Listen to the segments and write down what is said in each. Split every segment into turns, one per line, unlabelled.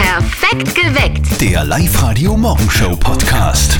Perfekt geweckt.
Der Live-Radio Morgenshow Podcast.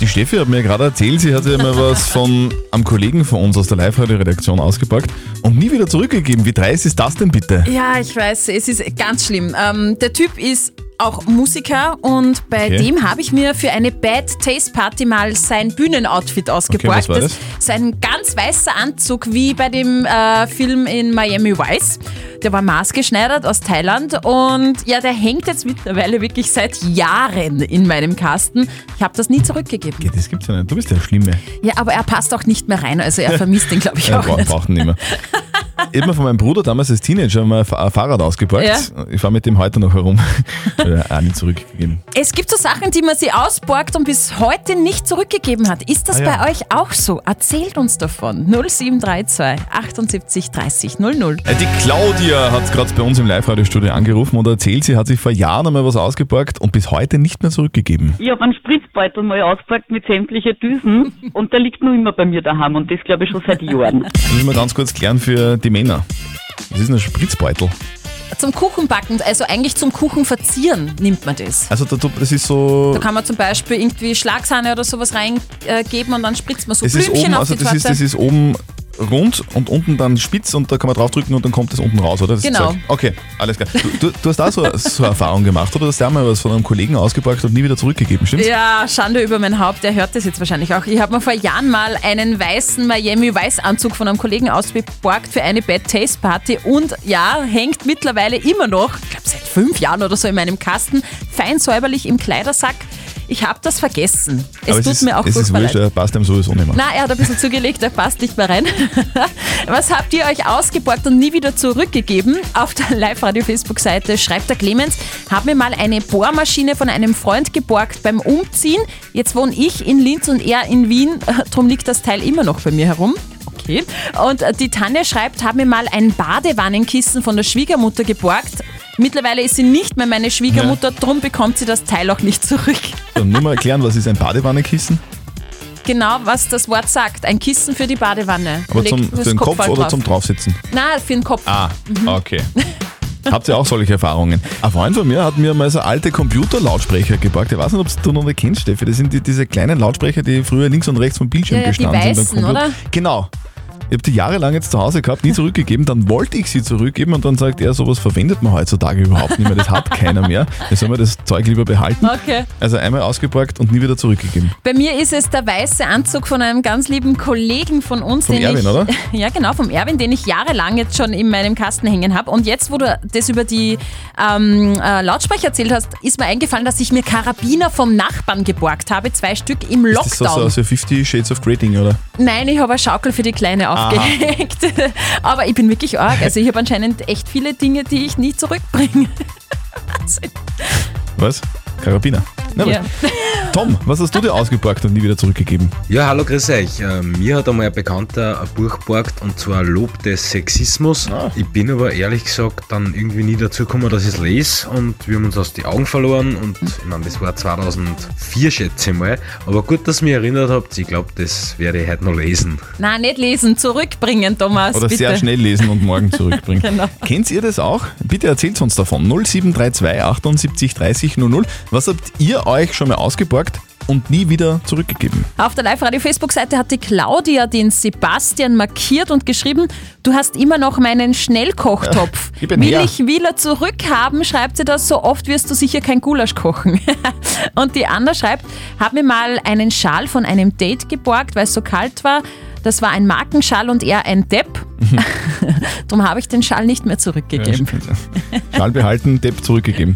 Die Steffi hat mir gerade erzählt, sie hatte mal was von einem Kollegen von uns aus der Live-Radio-Redaktion ausgepackt und nie wieder zurückgegeben. Wie dreist ist das denn bitte?
Ja, ich weiß, es ist ganz schlimm. Ähm, der Typ ist auch Musiker und bei
Okay.
dem habe ich mir für eine Bad Taste Party mal sein Bühnenoutfit ausgeborgt.
was war das?
Sein ganz weißer Anzug wie bei dem äh, Film in Miami Vice. Der war maßgeschneidert aus Thailand und ja, der hängt jetzt mittlerweile wirklich seit Jahren in meinem Kasten. Ich habe das nie zurückgegeben.
Ja, das gibt's ja nicht. Du bist der Schlimme.
Ja, aber er passt auch nicht mehr rein, also er vermisst ihn, glaube ich,
Ja,
auch.
bra
nicht.
braucht ihn nicht mehr. Ich hab mir von meinem Bruder damals als Teenager mal ein Fa- ein Fahrrad ausgepackt.
Ja.
Ich fahre mit dem heute noch herum. Oder auch nie zurückgegeben.
Es gibt so Sachen, die man sie ausborgt und bis heute nicht zurückgegeben hat. Ist das
Ah, ja.
bei euch auch so? Erzählt uns davon. 0732 78 30 00.
Äh, Die Claudia hat gerade bei uns im Live-Radio-Studio angerufen und erzählt, sie hat sich vor Jahren einmal was ausgepackt und bis heute nicht mehr zurückgegeben.
Ich habe einen Spritzbeutel mal ausgepackt mit sämtlichen Düsen und der liegt noch immer bei mir daheim und das glaube ich schon seit Jahren.
Das müssen wir ganz kurz klären für die Männer. Das ist ein Spritzbeutel.
Zum Kuchenbacken, also eigentlich zum Kuchenverzieren nimmt man das.
Also da- das ist so...
Da kann man zum Beispiel irgendwie Schlagsahne oder sowas reingeben und dann spritzt man so
Es ist
Blümchen
oben,
auf
also
die
das
Torte.
ist, das ist oben rund und unten dann spitz und da kann man draufdrücken und dann kommt das unten raus, oder? Das
Genau.
Zeug. Okay, alles klar. Du, du, du hast auch so, so Erfahrung gemacht, oder? Du hast ja mal was von einem Kollegen ausgepackt und nie wieder zurückgegeben, stimmt's?
ja, Schande über mein Haupt, der hört das jetzt wahrscheinlich auch. Ich habe mir vor Jahren mal einen weißen Miami-Weiß-Anzug von einem Kollegen ausgeborgt für eine Bad Taste Party und ja, hängt mittlerweile immer noch, ich glaube seit fünf Jahren oder so in meinem Kasten, fein säuberlich im Kleidersack. Ich habe das vergessen. Es
Aber
tut
ist,
mir auch
Es ist
furchtbar
wurscht,
leid.
er passt einem sowieso nicht mehr.
Na, er hat ein bisschen zugelegt, er passt nicht mehr rein. Was habt ihr euch ausgeborgt und nie wieder zurückgegeben? Auf der Live-Radio-Facebook-Seite schreibt der Clemens, hab mir mal eine Bohrmaschine von einem Freund geborgt beim Umziehen. Jetzt wohne ich in Linz und er in Wien, drum liegt das Teil immer noch bei mir herum. Okay. Und äh, die Tanja schreibt, hab mir mal ein Badewannenkissen von der Schwiegermutter geborgt. Mittlerweile ist sie nicht mehr meine Schwiegermutter, drum bekommt sie das Teil auch nicht zurück.
Dann nur mal erklären, was ist ein Badewannekissen?
Genau, was das Wort sagt. Ein Kissen für die Badewanne.
Aber
Legt
zum,
das
für den Kopf
Kopfball
oder
drauf.
zum Draufsitzen?
Na, für den Kopf.
Ah, okay. Habt ihr auch solche Erfahrungen? Ein Freund von mir hat mir mal so alte Computerlautsprecher geborgt. Ich weiß nicht, ob du noch kennst, Steffi. Das sind die, diese kleinen Lautsprecher, die früher links und rechts vom Bildschirm
Ja, ja, die
gestanden sind.
weißen,
beim Computer.
oder?
Genau. Ich habe die jahrelang jetzt zu Hause gehabt, nie zurückgegeben. Dann wollte ich sie zurückgeben und dann sagt er, sowas verwendet man heutzutage überhaupt nicht mehr. Das hat keiner mehr. Jetzt sollen wir das Zeug lieber behalten.
Okay.
Also einmal ausgeborgt und nie wieder zurückgegeben.
Bei mir ist es der weiße Anzug von einem ganz lieben Kollegen von uns.
Vom
den
Erwin,
ich,
oder?
Ja, genau, vom Erwin, den ich jahrelang jetzt schon in meinem Kasten hängen habe. Und jetzt, wo du das über die ähm, äh, Lautsprecher erzählt hast, ist mir eingefallen, dass ich mir Karabiner vom Nachbarn geborgt habe. Zwei Stück im Lockdown.
Ist das so, so, so 50 Shades of Grey Ding, oder?
Nein, ich habe eine Schaukel für die Kleine aufgehängt. Aber ich bin wirklich arg. Also ich habe anscheinend echt viele Dinge, die ich nie zurückbringe. Wahnsinn.
Was? Karabiner. Na,
Ja.
was? Tom, was hast du dir ausgeborgt und nie wieder zurückgegeben?
Ja, hallo, grüß euch. Äh, Mir hat einmal ein Bekannter ein Buch geborgt und zwar Lob des Sexismus.
Ah.
Ich bin aber ehrlich gesagt dann irgendwie nie dazu gekommen, dass ich es lese und wir haben uns aus die Augen verloren und
Hm.
ich meine, das war 2004, schätze ich mal. Aber gut, dass ihr mich erinnert habt. Ich glaube, das werde ich heute noch lesen.
Nein, nicht lesen, zurückbringen, Thomas.
Oder
bitte.
sehr schnell lesen und morgen zurückbringen.
Genau.
Kennt ihr das auch? Bitte erzählt uns davon. 0732 78 30 00. Was habt ihr euch schon mal ausgeborgt und nie wieder zurückgegeben?
Auf der Live-Radio-Facebook-Seite hat die Claudia den Sebastian markiert und geschrieben, du hast immer noch meinen Schnellkochtopf.
Ja, gib ihn
Will
her.
ich wieder zurückhaben, schreibt sie das, so oft wirst du sicher kein Gulasch kochen. und die Anna schreibt, hab mir mal einen Schal von einem Date geborgt, weil es so kalt war. Das war ein Markenschal und er ein Depp. Drum habe ich den Schal nicht mehr zurückgegeben.
Schal behalten, Depp zurückgegeben.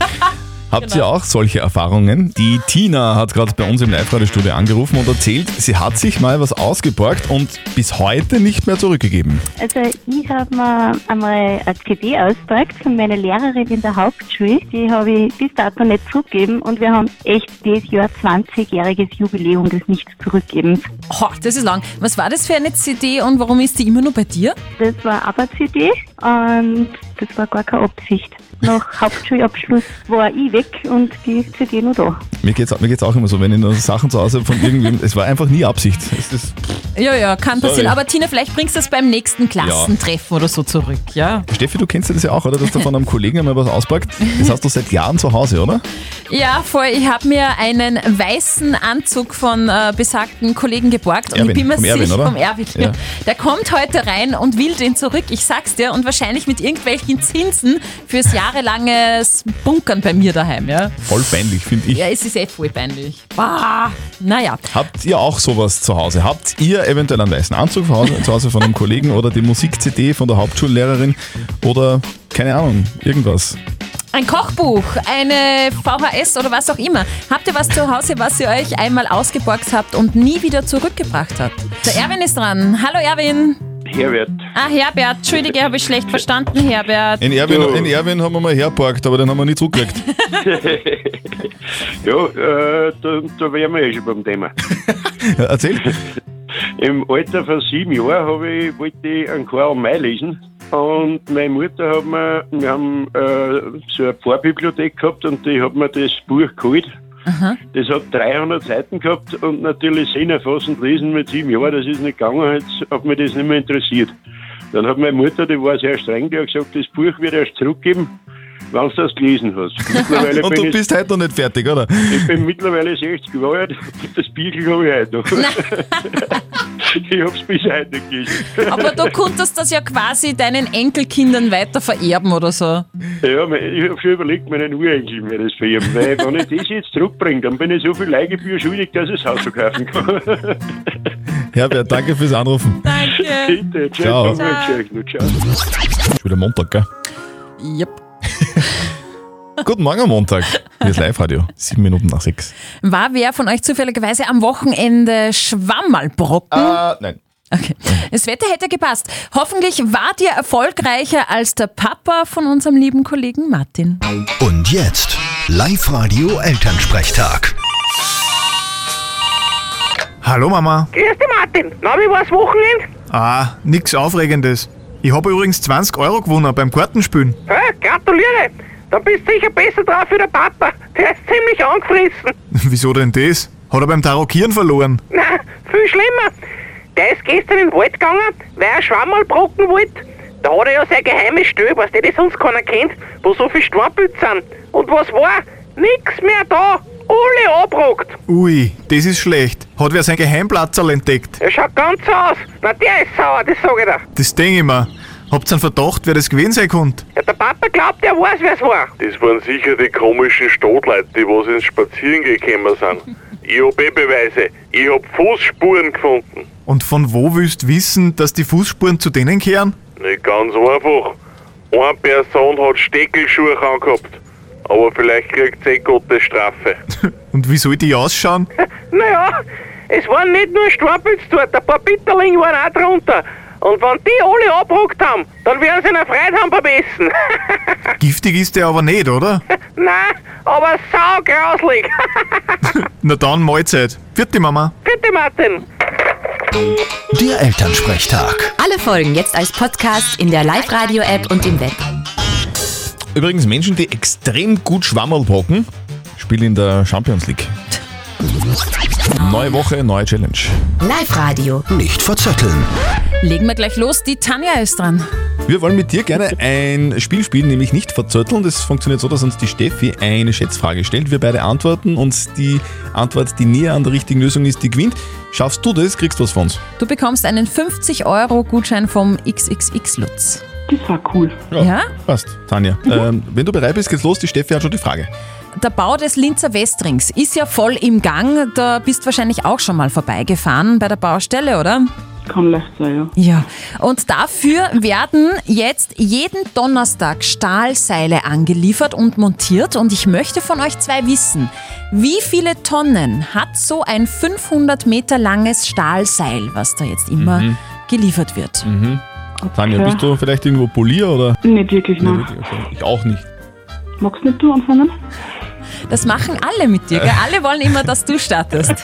Habt
Genau.
ihr auch solche Erfahrungen? Die Tina hat gerade bei uns im Live-Radio-Studio angerufen und erzählt, sie hat sich mal was ausgeborgt und bis heute nicht mehr zurückgegeben.
Also ich habe mir einmal eine CD ausgepackt von meiner Lehrerin in der Hauptschule. Die habe ich bis dato nicht zurückgegeben und wir haben echt dieses Jahr 20-jähriges Jubiläum des Nichtzurückgebens.
Ho, das ist lang. Was war das für eine CD und warum ist die immer nur bei dir?
Das war aber CD und das war gar keine Absicht. nach Hauptschulabschluss war ich weg und die ist CD nur da.
Mir geht's, mir geht's auch immer so, wenn ich noch Sachen zu Hause habe von irgendwem, es war einfach nie Absicht. Es ist,
Ja, ja, kann passieren.
Sorry.
Aber Tina, vielleicht bringst du es beim nächsten Klassentreffen oder so zurück, ja?
Steffi, du kennst ja das ja auch, oder? Dass du von einem Kollegen einmal was auspackt. Das hast du seit Jahren zu Hause, oder?
Ja, voll. Ich habe mir einen weißen Anzug von äh, besagten Kollegen geborgt. und
Erwin,
ich bin mir
vom Erwin,
sicher,
oder?
vom Erwin.
Ja.
Der kommt heute rein und will den zurück, ich sag's dir. Und wahrscheinlich mit irgendwelchen Zinsen fürs jahrelange Bunkern bei mir daheim, ja?
Voll peinlich, finde ich.
Ja, es ist eh voll peinlich. Bah, naja.
Habt ihr auch sowas zu Hause? Habt ihr eventuell einen weißen Anzug zu Hause, zu Hause von einem Kollegen oder die Musik-CD von der Hauptschullehrerin oder keine Ahnung, irgendwas?
Ein Kochbuch, eine VHS oder was auch immer. Habt ihr was zu Hause, was ihr euch einmal ausgeborgt habt und nie wieder zurückgebracht habt? Der Erwin ist dran. Hallo Erwin.
Herbert,
Ah, Herbert. Entschuldige, habe ich schlecht verstanden, Herbert.
In Erwin, in Erwin haben wir mal herparkt, aber den haben wir nie zurückgelegt.
ja, äh, da, da wären wir eh schon beim Thema.
Erzähl.
Im Alter von sieben Jahren habe ich, wollte ich einen Karl May lesen. Und meine Mutter hat mir, wir haben äh, so eine Pfarrbibliothek gehabt und die hat mir das Buch geholt. Das hat 300 Seiten gehabt und natürlich sinnerfassend lesen mit sieben Jahren, das ist nicht gegangen, jetzt hat mich das nicht mehr interessiert. Dann hat meine Mutter, die war sehr streng, die hat gesagt, das Buch wird erst zurückgeben, wenn du das gelesen hast. Mittlerweile
Und
bin
du
ich
bist heute noch nicht fertig, oder?
Ich bin mittlerweile 60 Jahre alt, das Biegel habe ich heute noch. ich habe es bis heute nicht gelesen.
Aber du konntest das ja quasi deinen Enkelkindern weiter vererben oder so.
Ja, mein- ich habe schon überlegt, meinen Urenkel mir das verheben, weil wenn ich das jetzt zurückbringe, dann bin ich so viel Leihgebühr schuldig, dass ich das Haus verkaufen kann.
Herbert, danke fürs Anrufen.
Danke.
Bitte,
Ciao.
ciao. Ciao.
Schon wieder Montag, gell?
Yep.
Guten Morgen, Montag. Hier ist Live-Radio. Sieben Minuten nach sechs.
War wer von euch zufälligerweise am Wochenende Schwammerlbrocken?
Äh, nein.
Okay. Das Wetter hätte gepasst. Hoffentlich wart ihr erfolgreicher als der Papa von unserem lieben Kollegen Martin.
Und jetzt Live-Radio Elternsprechtag.
Hallo Mama.
Grüß dich, Martin. Na, wie war's Wochenende?
Ah, nix Aufregendes. Ich habe übrigens 20 Euro gewonnen beim Kartenspielen.
Ja, gratuliere. Da bist sicher besser drauf wie der Papa. Der ist ziemlich angefressen.
Wieso denn das? Hat er beim Tarokieren verloren.
Na, viel schlimmer. Der ist gestern in den Wald gegangen, weil er Schwammerlbrocken wollte. Da hat er ja sein geheimes Stöhl, was der das sonst keiner kennt, wo so viele Steinpilze sind. Und was war? Nix mehr da. Alle abrockt.
Ui, das ist schlecht. Hat wer sein Geheimplatzerl entdeckt.
Der schaut ganz so aus. Na, der ist sauer, das sag ich dir.
Das denk ich mir. Habt ihr einen Verdacht, wer das gewesen sein könnte?
Ja, der Papa glaubt, er weiß, wer's war.
Das waren sicher die komischen Stadtleute, die was ins Spazieren gekommen sind. Ich hab eh Beweise. Ich hab Fußspuren gefunden.
Und von wo willst wissen, dass die Fußspuren zu denen kehren?
Nicht ganz einfach. Eine Person hat Steckelschuhe angehabt. Aber vielleicht kriegt sie eh Gottes Strafe.
Und wie soll die ausschauen?
Naja, es waren nicht nur Stapels dort, ein paar Bitterling waren auch drunter. Und wenn die alle abgerückt haben, dann werden sie einen Freude haben beim Essen.
Giftig ist der aber nicht, oder?
Nein, aber saugrauslig.
Na dann Mahlzeit. Vierte Mama.
Bitte, Martin.
Der Elternsprechtag.
Alle Folgen jetzt als Podcast in der Live-Radio-App und im Web.
Übrigens, Menschen, die extrem gut Schwammerl brocken, spielen in der Champions League. Neue Woche, neue Challenge.
Live-Radio.
Nicht verzetteln.
Legen wir gleich los, die Tanja ist dran.
Wir wollen mit dir gerne ein Spiel spielen, nämlich nicht verzötteln. Das funktioniert so, dass uns die Steffi eine Schätzfrage stellt. Wir beide antworten und die Antwort, die näher an der richtigen Lösung ist, die gewinnt. Schaffst du das, kriegst du was von uns.
Du bekommst einen 50-Euro-Gutschein vom XXX-Lutz.
Das war cool.
Ja?
Passt, Tanja. Ähm, wenn du bereit bist, geht's los. Die Steffi hat schon die Frage.
Der Bau des Linzer Westrings ist ja voll im Gang. Da bist wahrscheinlich auch schon mal vorbeigefahren bei der Baustelle, oder?
Kann leicht sein, ja.
Ja. Und dafür werden jetzt jeden Donnerstag Stahlseile angeliefert und montiert. Und ich möchte von euch zwei wissen, wie viele Tonnen hat so ein 500 Meter langes Stahlseil, was da jetzt immer geliefert wird?
Tanja, bist du vielleicht irgendwo Polier oder?
Nicht wirklich, nein.
Ich auch nicht.
Magst nicht du anfangen?
Das machen alle mit dir. Gell? Alle wollen immer, dass du startest.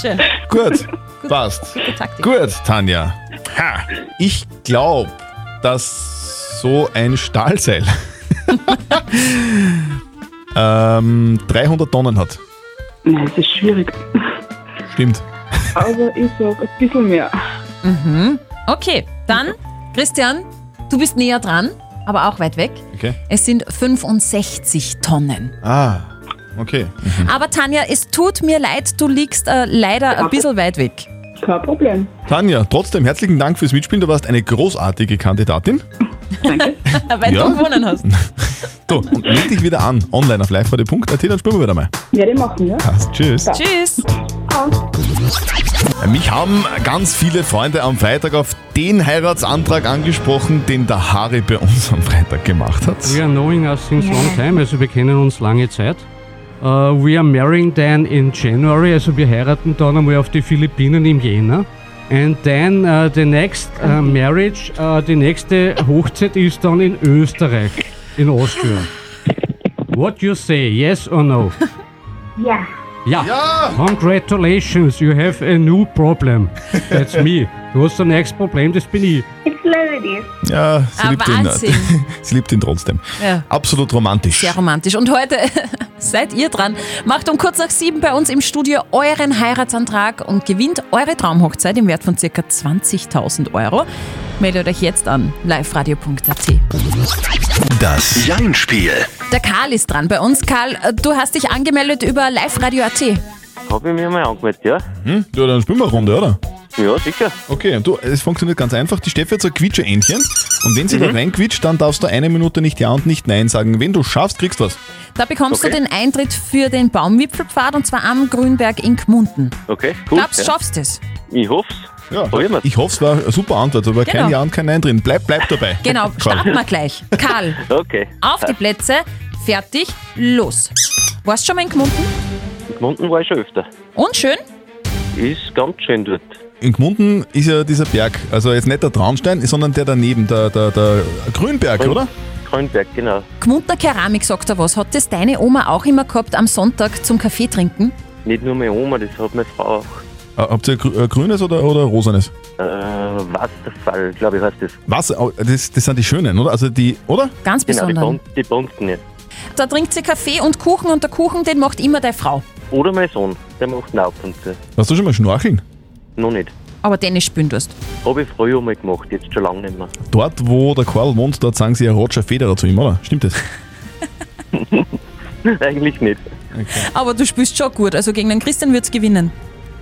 Schön.
Gut, passt.
Gute Taktik.
Gut, Tanja. Ha, ich glaube, dass so ein Stahlseil ähm, 300 Tonnen hat.
Nein, es ist schwierig.
Stimmt.
Aber ich sag ein bisschen mehr.
Mhm. Okay, dann, Christian, du bist näher dran, aber auch weit weg.
Okay.
Es sind 65 Tonnen.
Ah, okay. Mhm.
Aber Tanja, es tut mir leid, du liegst äh, leider ein bisschen weit weg.
Kein Problem.
Tanja, trotzdem herzlichen Dank fürs Mitspielen. Du warst eine großartige Kandidatin.
Weil
Ja.
du gewonnen hast.
Du, und leg dich wieder an, online auf liveradio.at, dann spielen wir wieder mal.
Werde ich machen, ja?
Passt, tschüss.
Tschüss.
Mich haben ganz viele Freunde am Freitag auf den Heiratsantrag angesprochen, den der Harry bei uns am Freitag gemacht hat.
We are knowing us since long time, also wir kennen uns lange Zeit. Äh, we are marrying then in January, also wir heiraten dann einmal auf die Philippinen im Jänner. And then äh, the next äh, marriage, äh, die nächste Hochzeit ist dann in Österreich, in Austria. What you say, yes or no?
Ja.
Ja. Congratulations, you have a new problem. That's me. Du hast ein neues Problem, das bin ich.
It's Melody.
Ja, sie
Ah,
liebt
Wahnsinn.
ihn. sie liebt ihn trotzdem.
Ja.
Absolut romantisch.
Sehr romantisch. Und heute seid ihr dran. Macht um kurz nach sieben bei uns im Studio euren Heiratsantrag und gewinnt eure Traumhochzeit im Wert von ca. 20.000 Euro. Meldet euch jetzt an liveradio.at.
Das Jein-Spiel.
Der Karl ist dran bei uns. Karl, äh, du hast dich angemeldet über liveradio.at.
Habe ich mir mal angemeldet, ja?
Hm? Ja, dann spielen wir eine Runde, oder?
Ja, sicher.
Okay, du, es funktioniert ganz einfach. Die Steffi hat so ein Quietscheentchen und wenn sie
Mhm.
da reinquietscht, dann darfst du eine Minute nicht Ja und nicht Nein sagen. Wenn du schaffst, kriegst du was.
Da bekommst
Okay.
du den Eintritt für den Baumwipfelpfad und zwar am Grünberg in Gmunden.
Okay,
Cool, Glaubst, schaffst es?
Ich hoff's.
Ja, ich hoffe, es war eine super Antwort, aber
Genau.
kein Ja und kein Nein drin. Bleib, bleib dabei.
Genau,
Karl.
starten wir gleich. Karl,
Okay.
auf die Plätze, fertig, los. Warst schon mal in Gmunden?
Gmunden war ich schon öfter.
Und schön?
Ist ganz schön dort.
In Gmunden ist ja dieser Berg, also jetzt nicht der Traunstein, sondern der daneben, der, der, der Grünberg,
Grün-
oder?
Grünberg, genau.
Gmunder Keramik, sagt er was. Hat das deine Oma auch immer gehabt am Sonntag zum Kaffee trinken?
Nicht nur meine Oma, das hat meine Frau auch.
Äh, Habt ihr grü- äh, grünes oder, oder rosanes?
Äh, Wasserfall, glaube ich, heißt das.
Was? Au- Das, das sind die schönen, oder? Also die, oder?
Ganz besonderen.
Genau, die Bon- die Bonzen nicht.
Da trinkt sie Kaffee und Kuchen und der Kuchen, den macht immer deine Frau.
Oder mein Sohn, der macht ihn ab und zu.
Warst du schon mal schnorcheln?
Noch nicht.
Aber Tennis spielen tust.
Habe ich früher mal gemacht, jetzt schon lange nicht mehr.
Dort, wo der Karl wohnt, dort sagen sie ja Roger Federer zu ihm, oder? Stimmt das?
Eigentlich nicht.
Aber du spielst schon gut, also gegen den Christian wird's gewinnen.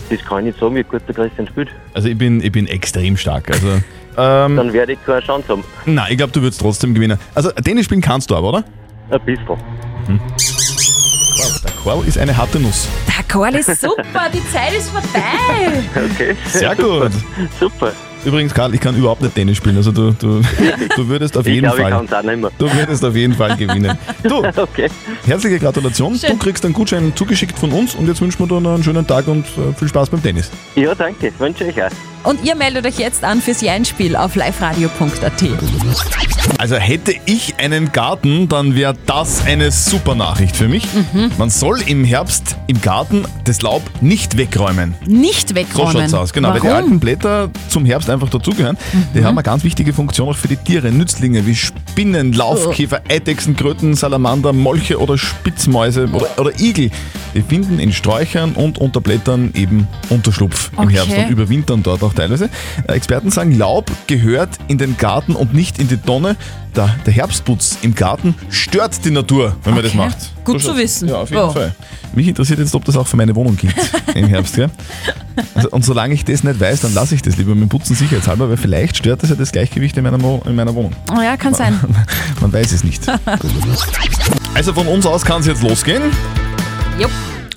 Das kann ich nicht sagen, wie gut der Christian spielt.
Also ich bin, ich bin extrem stark. Also,
Dann werde ich keine Chance haben.
nein, ich glaube, du würdest trotzdem gewinnen. Also Tennis spielen kannst du aber, oder?
Ein bisschen.
Hm. Karl, der Karl ist eine harte Nuss.
Der Karl ist super, die Zeit ist vorbei.
Okay.
Sehr gut.
Super.
Übrigens, Karl, ich kann überhaupt nicht Tennis spielen. Also du, du, du würdest auf
ich
jeden
glaube, Ich
Fall.
kann es auch nicht mehr.
Du würdest auf jeden Fall gewinnen. Du, herzliche Gratulation. Du kriegst einen Gutschein zugeschickt von uns und jetzt wünschen wir dir noch einen schönen Tag und äh, viel Spaß beim Tennis.
Ja, danke. Wünsche ich auch.
Und ihr meldet euch jetzt an fürs Jeinspiel auf liveradio.at.
Also hätte ich einen Garten, dann wäre das eine super Nachricht für mich. Man soll im Herbst im Garten das Laub nicht wegräumen.
Nicht
So
wegräumen.
schaut's aus, genau. Weil die
Warum?
alten Blätter zum Herbst einfach dazugehören. Die haben eine ganz wichtige Funktion auch für die Tiere. Nützlinge wie Spinnen, Laufkäfer, Eidechsen, Kröten, Salamander, Molche oder Spitzmäuse oder, oder Igel. Die finden in Sträuchern und unter Blättern eben Unterschlupf im
Okay.
Herbst und überwintern dort auch teilweise. Äh, Experten sagen, Laub gehört in den Garten und nicht in die Tonne. Der, der Herbstputz im Garten stört die Natur, wenn man das macht.
Gut
So
zu
schaut's-
wissen.
Ja, auf jeden
Oh.
Fall. Mich interessiert jetzt, ob das auch für meine Wohnung gilt im Herbst, gell? Also, und solange ich das nicht weiß, dann lasse ich das lieber mit dem Putzen sicherheitshalber, weil vielleicht stört das ja das Gleichgewicht in meiner, Mo in meiner Wohnung.
Oh ja, kann sein.
Man weiß es nicht. Also von uns aus kann es jetzt losgehen.
Jupp.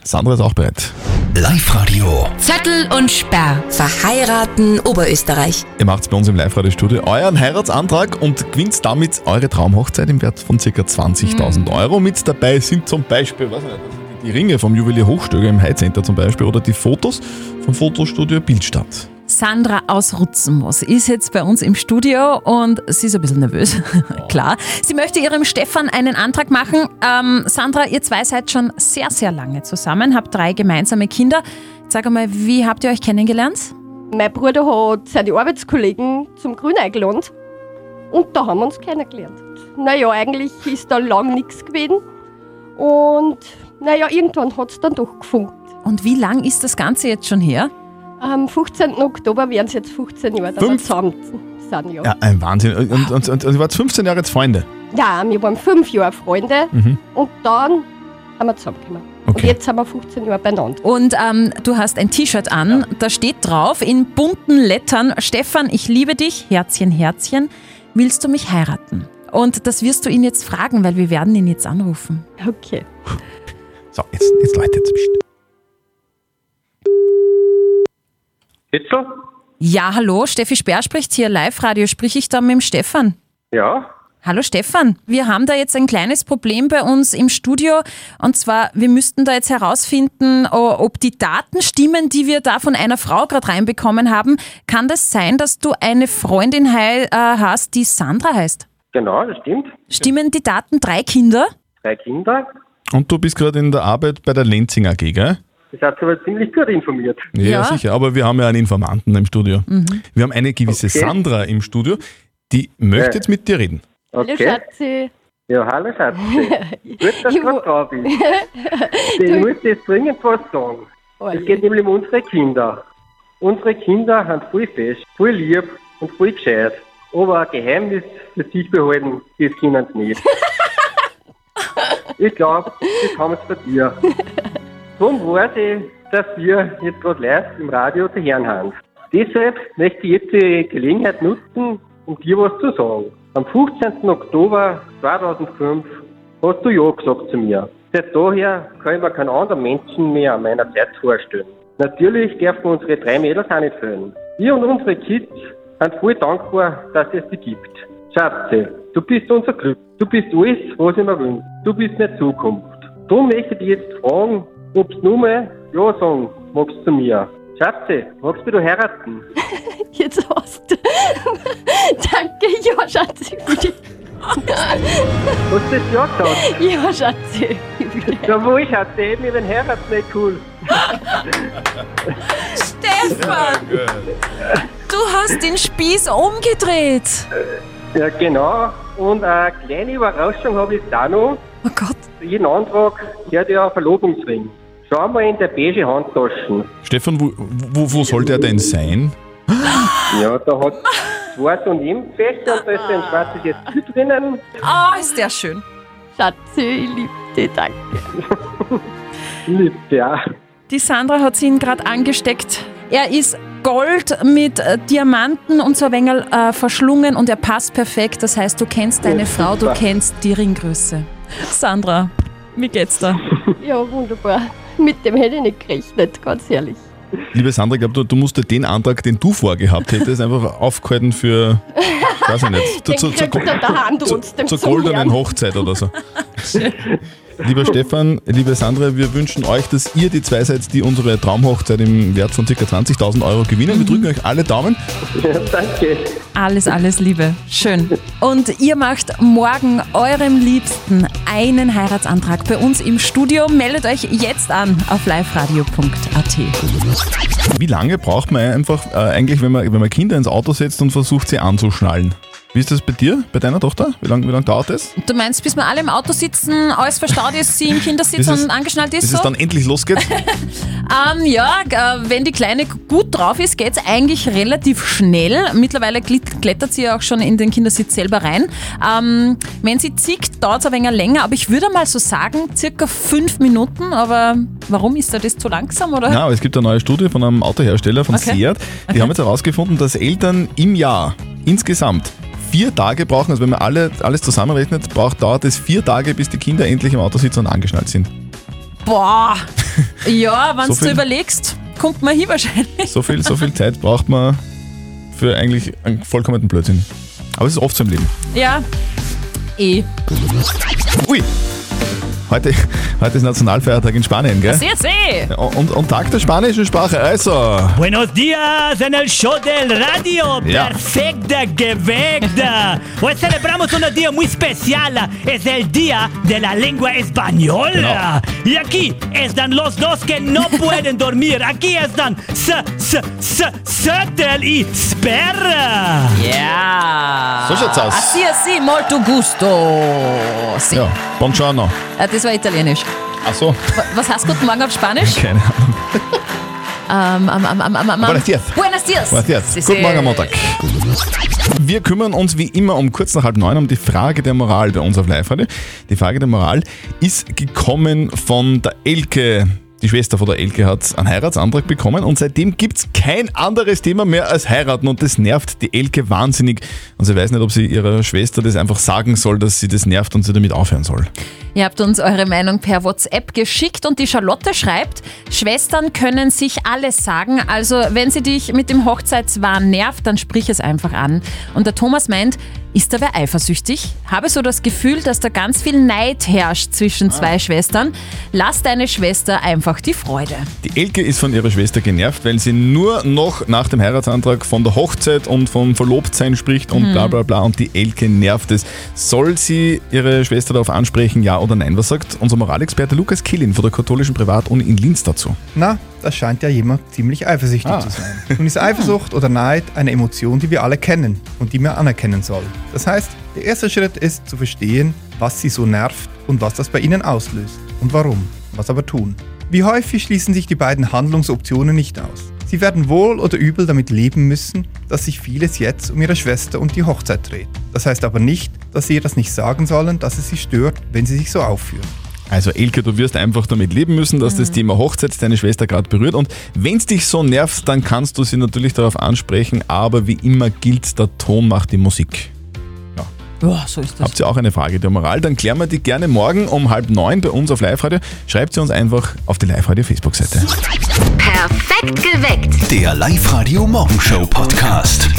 Sandra ist auch bereit.
Live-Radio.
Zettel und Sperr. Verheiraten Oberösterreich.
Ihr macht bei uns im Live-Radio-Studio euren Heiratsantrag und gewinnt damit eure Traumhochzeit im Wert von ca. 20.000
Mhm.
Euro. Mit dabei sind zum Beispiel, weiß ich nicht, also die Ringe vom Juwelier Hochstöger im High Center zum Beispiel oder die Fotos vom Fotostudio Bildstadt.
Sandra aus Rutzenmoos ist jetzt bei uns im Studio und sie ist ein bisschen nervös, klar. Sie möchte ihrem Stefan einen Antrag machen. Ähm, Sandra, ihr zwei seid schon sehr, sehr lange zusammen, habt drei gemeinsame Kinder. Sag einmal, wie habt ihr euch kennengelernt?
Mein Bruder hat seine Arbeitskollegen zum Grüneig gelohnt und da haben wir uns kennengelernt.
naja, eigentlich ist da lang nichts gewesen. Und naja, irgendwann hat es dann doch gefunkt.
Und wie lang ist das Ganze jetzt schon her?
Am 15. Oktober wären es jetzt 15 Jahre, dass wir
Fünf-
zusammen sind. Ja.
Ja, ein Wahnsinn. Und, und, und, und ihr wart 15 Jahre jetzt Freunde.
Nein, wir waren fünf Jahre Freunde
Mhm.
und dann haben wir zusammengekommen. Und jetzt sind wir 15 Jahre beieinander.
Und ähm, du hast ein T-Shirt an, da steht drauf in bunten Lettern, Stefan, ich liebe dich, Herzchen, Herzchen, willst du mich heiraten? Und das wirst du ihn jetzt fragen, weil wir werden ihn jetzt anrufen.
Okay.
So, jetzt, jetzt läutet es.
Hitzel?
Ja, hallo, Steffi Sperr spricht hier, Live-Radio, sprich ich da mit dem Stefan?
Ja?
Hallo Stefan, wir haben da jetzt ein kleines Problem bei uns im Studio und zwar, wir müssten da jetzt herausfinden, o- ob die Daten stimmen, die wir da von einer Frau gerade reinbekommen haben. Kann das sein, dass du eine Freundin hei- äh, hast, die Sandra heißt?
Genau, das stimmt.
Stimmen die Daten drei Kinder?
Drei Kinder.
Und du bist gerade in der Arbeit bei der Lenzing AG, gell?
Das hat sie aber ziemlich gut informiert.
Ja, sicher. Aber wir haben ja einen Informanten im Studio.
Mhm.
Wir haben eine gewisse
Okay.
Sandra im Studio, die möchte
Ja.
jetzt mit dir reden.
Hallo Schatzi.
Ja, hallo Schatzi. Gut, dass du da bist. Ich
Du- Oh,
muss jetzt dringend was sagen. Es geht nämlich um unsere Kinder. Unsere Kinder sind voll fest, voll lieb und voll gescheit. Aber ein Geheimnis für sich behalten, das können sie nicht. ich glaube, das haben sie bei dir. Darum weiß ich, dass wir jetzt gerade live im Radio zu hören haben. Deshalb möchte ich jetzt die Gelegenheit nutzen, um dir was zu sagen. Am 15. Oktober 2005 hast du Ja gesagt zu mir. Seit daher kann ich mir keinen anderen Menschen mehr an meiner Seite vorstellen. Natürlich dürfen unsere drei Mädels auch nicht fehlen. Wir und unsere Kids sind voll dankbar, dass es dich gibt. Schatze, du bist unser Glück. Du bist alles, was ich mir wünsche. Du bist meine Zukunft. Darum möchte ich dich jetzt fragen, ob du nur mal Ja sagen magst zu mir. Schatze, magst du mich heiraten?
Jetzt hast du. Danke, ja, Schatzi.
Hast du das Ja gesagt?
Ja, Schatzi.
Jawohl, Schatze, wir werden heiraten, ey, cool.
Stefan, du hast den Spieß umgedreht.
Ja, genau. Und eine kleine Überraschung habe ich da noch.
Oh Gott.
Jeden Antrag gehört ja ein Verlobungsring. Schau mal in der beige Handtaschen.
Stefan, wo, wo, wo sollte er denn sein?
Ja, da hat zwei so Nebenfächer und da ist ein schwarzes Jetzt drinnen.
Ah, ist der schön.
Schatzi, ich liebe dich, danke.
Lieb, ja.
Die Sandra hat ihn gerade angesteckt. Er ist Gold mit äh, Diamanten und so ein wenig, äh, verschlungen und er passt perfekt. Das heißt, du kennst deine
Ja,
Frau, du
super.
kennst die Ringgröße. Sandra, wie geht's da?
Ja, wunderbar. Mit dem hätte ich nicht gerechnet, ganz ehrlich.
Liebe Sandra, ich glaube, du, du musst dir den Antrag, den du vorgehabt hättest, einfach aufgehalten für, weiß ich nicht,
Den kriegt er der Hand trotzdem
zur
zum
goldenen
Herrn.
Hochzeit oder so. Lieber Stefan, liebe Sandra, wir wünschen euch, dass ihr die zwei seid, die unsere Traumhochzeit im Wert von ca. 20.000 Euro gewinnen. Wir drücken euch alle Daumen.
Ja, danke.
Alles, alles Liebe. Schön. Und ihr macht morgen eurem Liebsten einen Heiratsantrag bei uns im Studio. Meldet euch jetzt an auf liveradio.at.
Wie lange braucht man einfach äh, eigentlich, wenn man, wenn man Kinder ins Auto setzt und versucht, sie anzuschnallen? Wie ist das bei dir, bei deiner Tochter? Wie lange wie lang dauert das?
Du meinst, bis wir alle im Auto sitzen, alles verstaut ist, sie im Kindersitz
Bis es-
und angeschnallt ist?
bis
so?
es dann endlich losgeht?
Ähm, ja, äh, wenn die Kleine gut drauf ist, geht's eigentlich relativ schnell. Mittlerweile glit- klettert sie ja auch schon in den Kindersitz selber rein. Ähm, wenn sie zickt, dauert's ein wenig länger, aber ich würde mal so sagen, circa fünf Minuten. Aber warum ist da das zu langsam? Oder?
Ja, aber es gibt eine neue Studie von einem Autohersteller von
Okay.
Seat. Die haben jetzt herausgefunden, dass Eltern im Jahr insgesamt vier Tage brauchen, also wenn man alle, alles zusammenrechnet, braucht, dauert es vier Tage, bis die Kinder endlich im Auto sitzen und angeschnallt sind.
Boah! Ja, wenn
So
du
viel-
überlegst, kommt man hier wahrscheinlich.
So viel, so viel Zeit braucht man für eigentlich einen vollkommenen Blödsinn. Aber es ist oft so im Leben.
Ja, eh.
Ui! Heute, heute ist Nationalfeiertag in Spanien, gell?
Das ist eh.
Und, und Tag der spanischen Sprache, also.
Buenos días en el show del radio.
Ya.
Perfecta, quevecta. Hoy celebramos un día muy especial. Es el día de la lengua
genau.
española. Y aquí están los dos que no pueden dormir. Aquí están S, S, S, Sertel y S- Perra!
Ja!
So schaut's aus.
Assi, assi, molto gusto. Sì.
Ja, buongiorno.
Äh, Das war italienisch.
Ach so,
Wa- Was heißt guten Morgen auf Spanisch?
keine Ahnung.
Ähm, ähm, ähm, ähm, ähm, ähm.
Buenos dias.
Buenos dias.
Was
Sì,
jetzt?
sì.
Guten Morgen am Montag. Wir kümmern uns wie immer um kurz nach halb neun um die Frage der Moral bei uns auf live -Radio. Die Frage der Moral ist gekommen von der Elke. Die Schwester von der Elke hat einen Heiratsantrag bekommen und seitdem gibt es kein anderes Thema mehr als heiraten und das nervt die Elke wahnsinnig. Und sie weiß nicht, ob sie ihrer Schwester das einfach sagen soll, dass sie das nervt und sie damit aufhören soll.
Ihr habt uns eure Meinung per WhatsApp geschickt und die Charlotte schreibt, Schwestern können sich alles sagen. Also wenn sie dich mit dem Hochzeitswahn nervt, dann sprich es einfach an. Und der Thomas meint, ist da wer eifersüchtig? Habe so das Gefühl, dass da ganz viel Neid herrscht zwischen
Ah.
zwei Schwestern. Lass deine Schwester einfach die Freude.
Die Elke ist von ihrer Schwester genervt, weil sie nur noch nach dem Heiratsantrag von der Hochzeit und vom Verlobtsein spricht und
Mhm.
bla bla bla und die Elke nervt es. Soll sie ihre Schwester darauf ansprechen, ja oder nein? Was sagt unser Moralexperte Lukas Killin von der katholischen Privatuni in Linz dazu?
Na, da scheint ja jemand ziemlich eifersüchtig zu sein. Nun ist Eifersucht oder Neid eine Emotion, die wir alle kennen und die man anerkennen soll. Das heißt, der erste Schritt ist zu verstehen, was sie so nervt und was das bei ihnen auslöst und warum, was aber tun. Wie häufig schließen sich die beiden Handlungsoptionen nicht aus. Sie werden wohl oder übel damit leben müssen, dass sich vieles jetzt um ihre Schwester und die Hochzeit dreht. Das heißt aber nicht, dass sie ihr das nicht sagen sollen, dass es sie stört, wenn sie sich so aufführen.
Also Elke, du wirst einfach damit leben müssen, dass das Thema Hochzeit deine Schwester gerade berührt und wenn es dich so nervt, dann kannst du sie natürlich darauf ansprechen, aber wie immer gilt, der Ton macht die Musik.
Ja, so ist
Habt ihr auch eine Frage der Moral? Dann klären wir die gerne morgen um halb neun bei uns auf Live-Radio. Schreibt sie uns einfach auf die Live-Radio-Facebook-Seite.
Perfekt geweckt.
Der Live-Radio Morgenshow Podcast.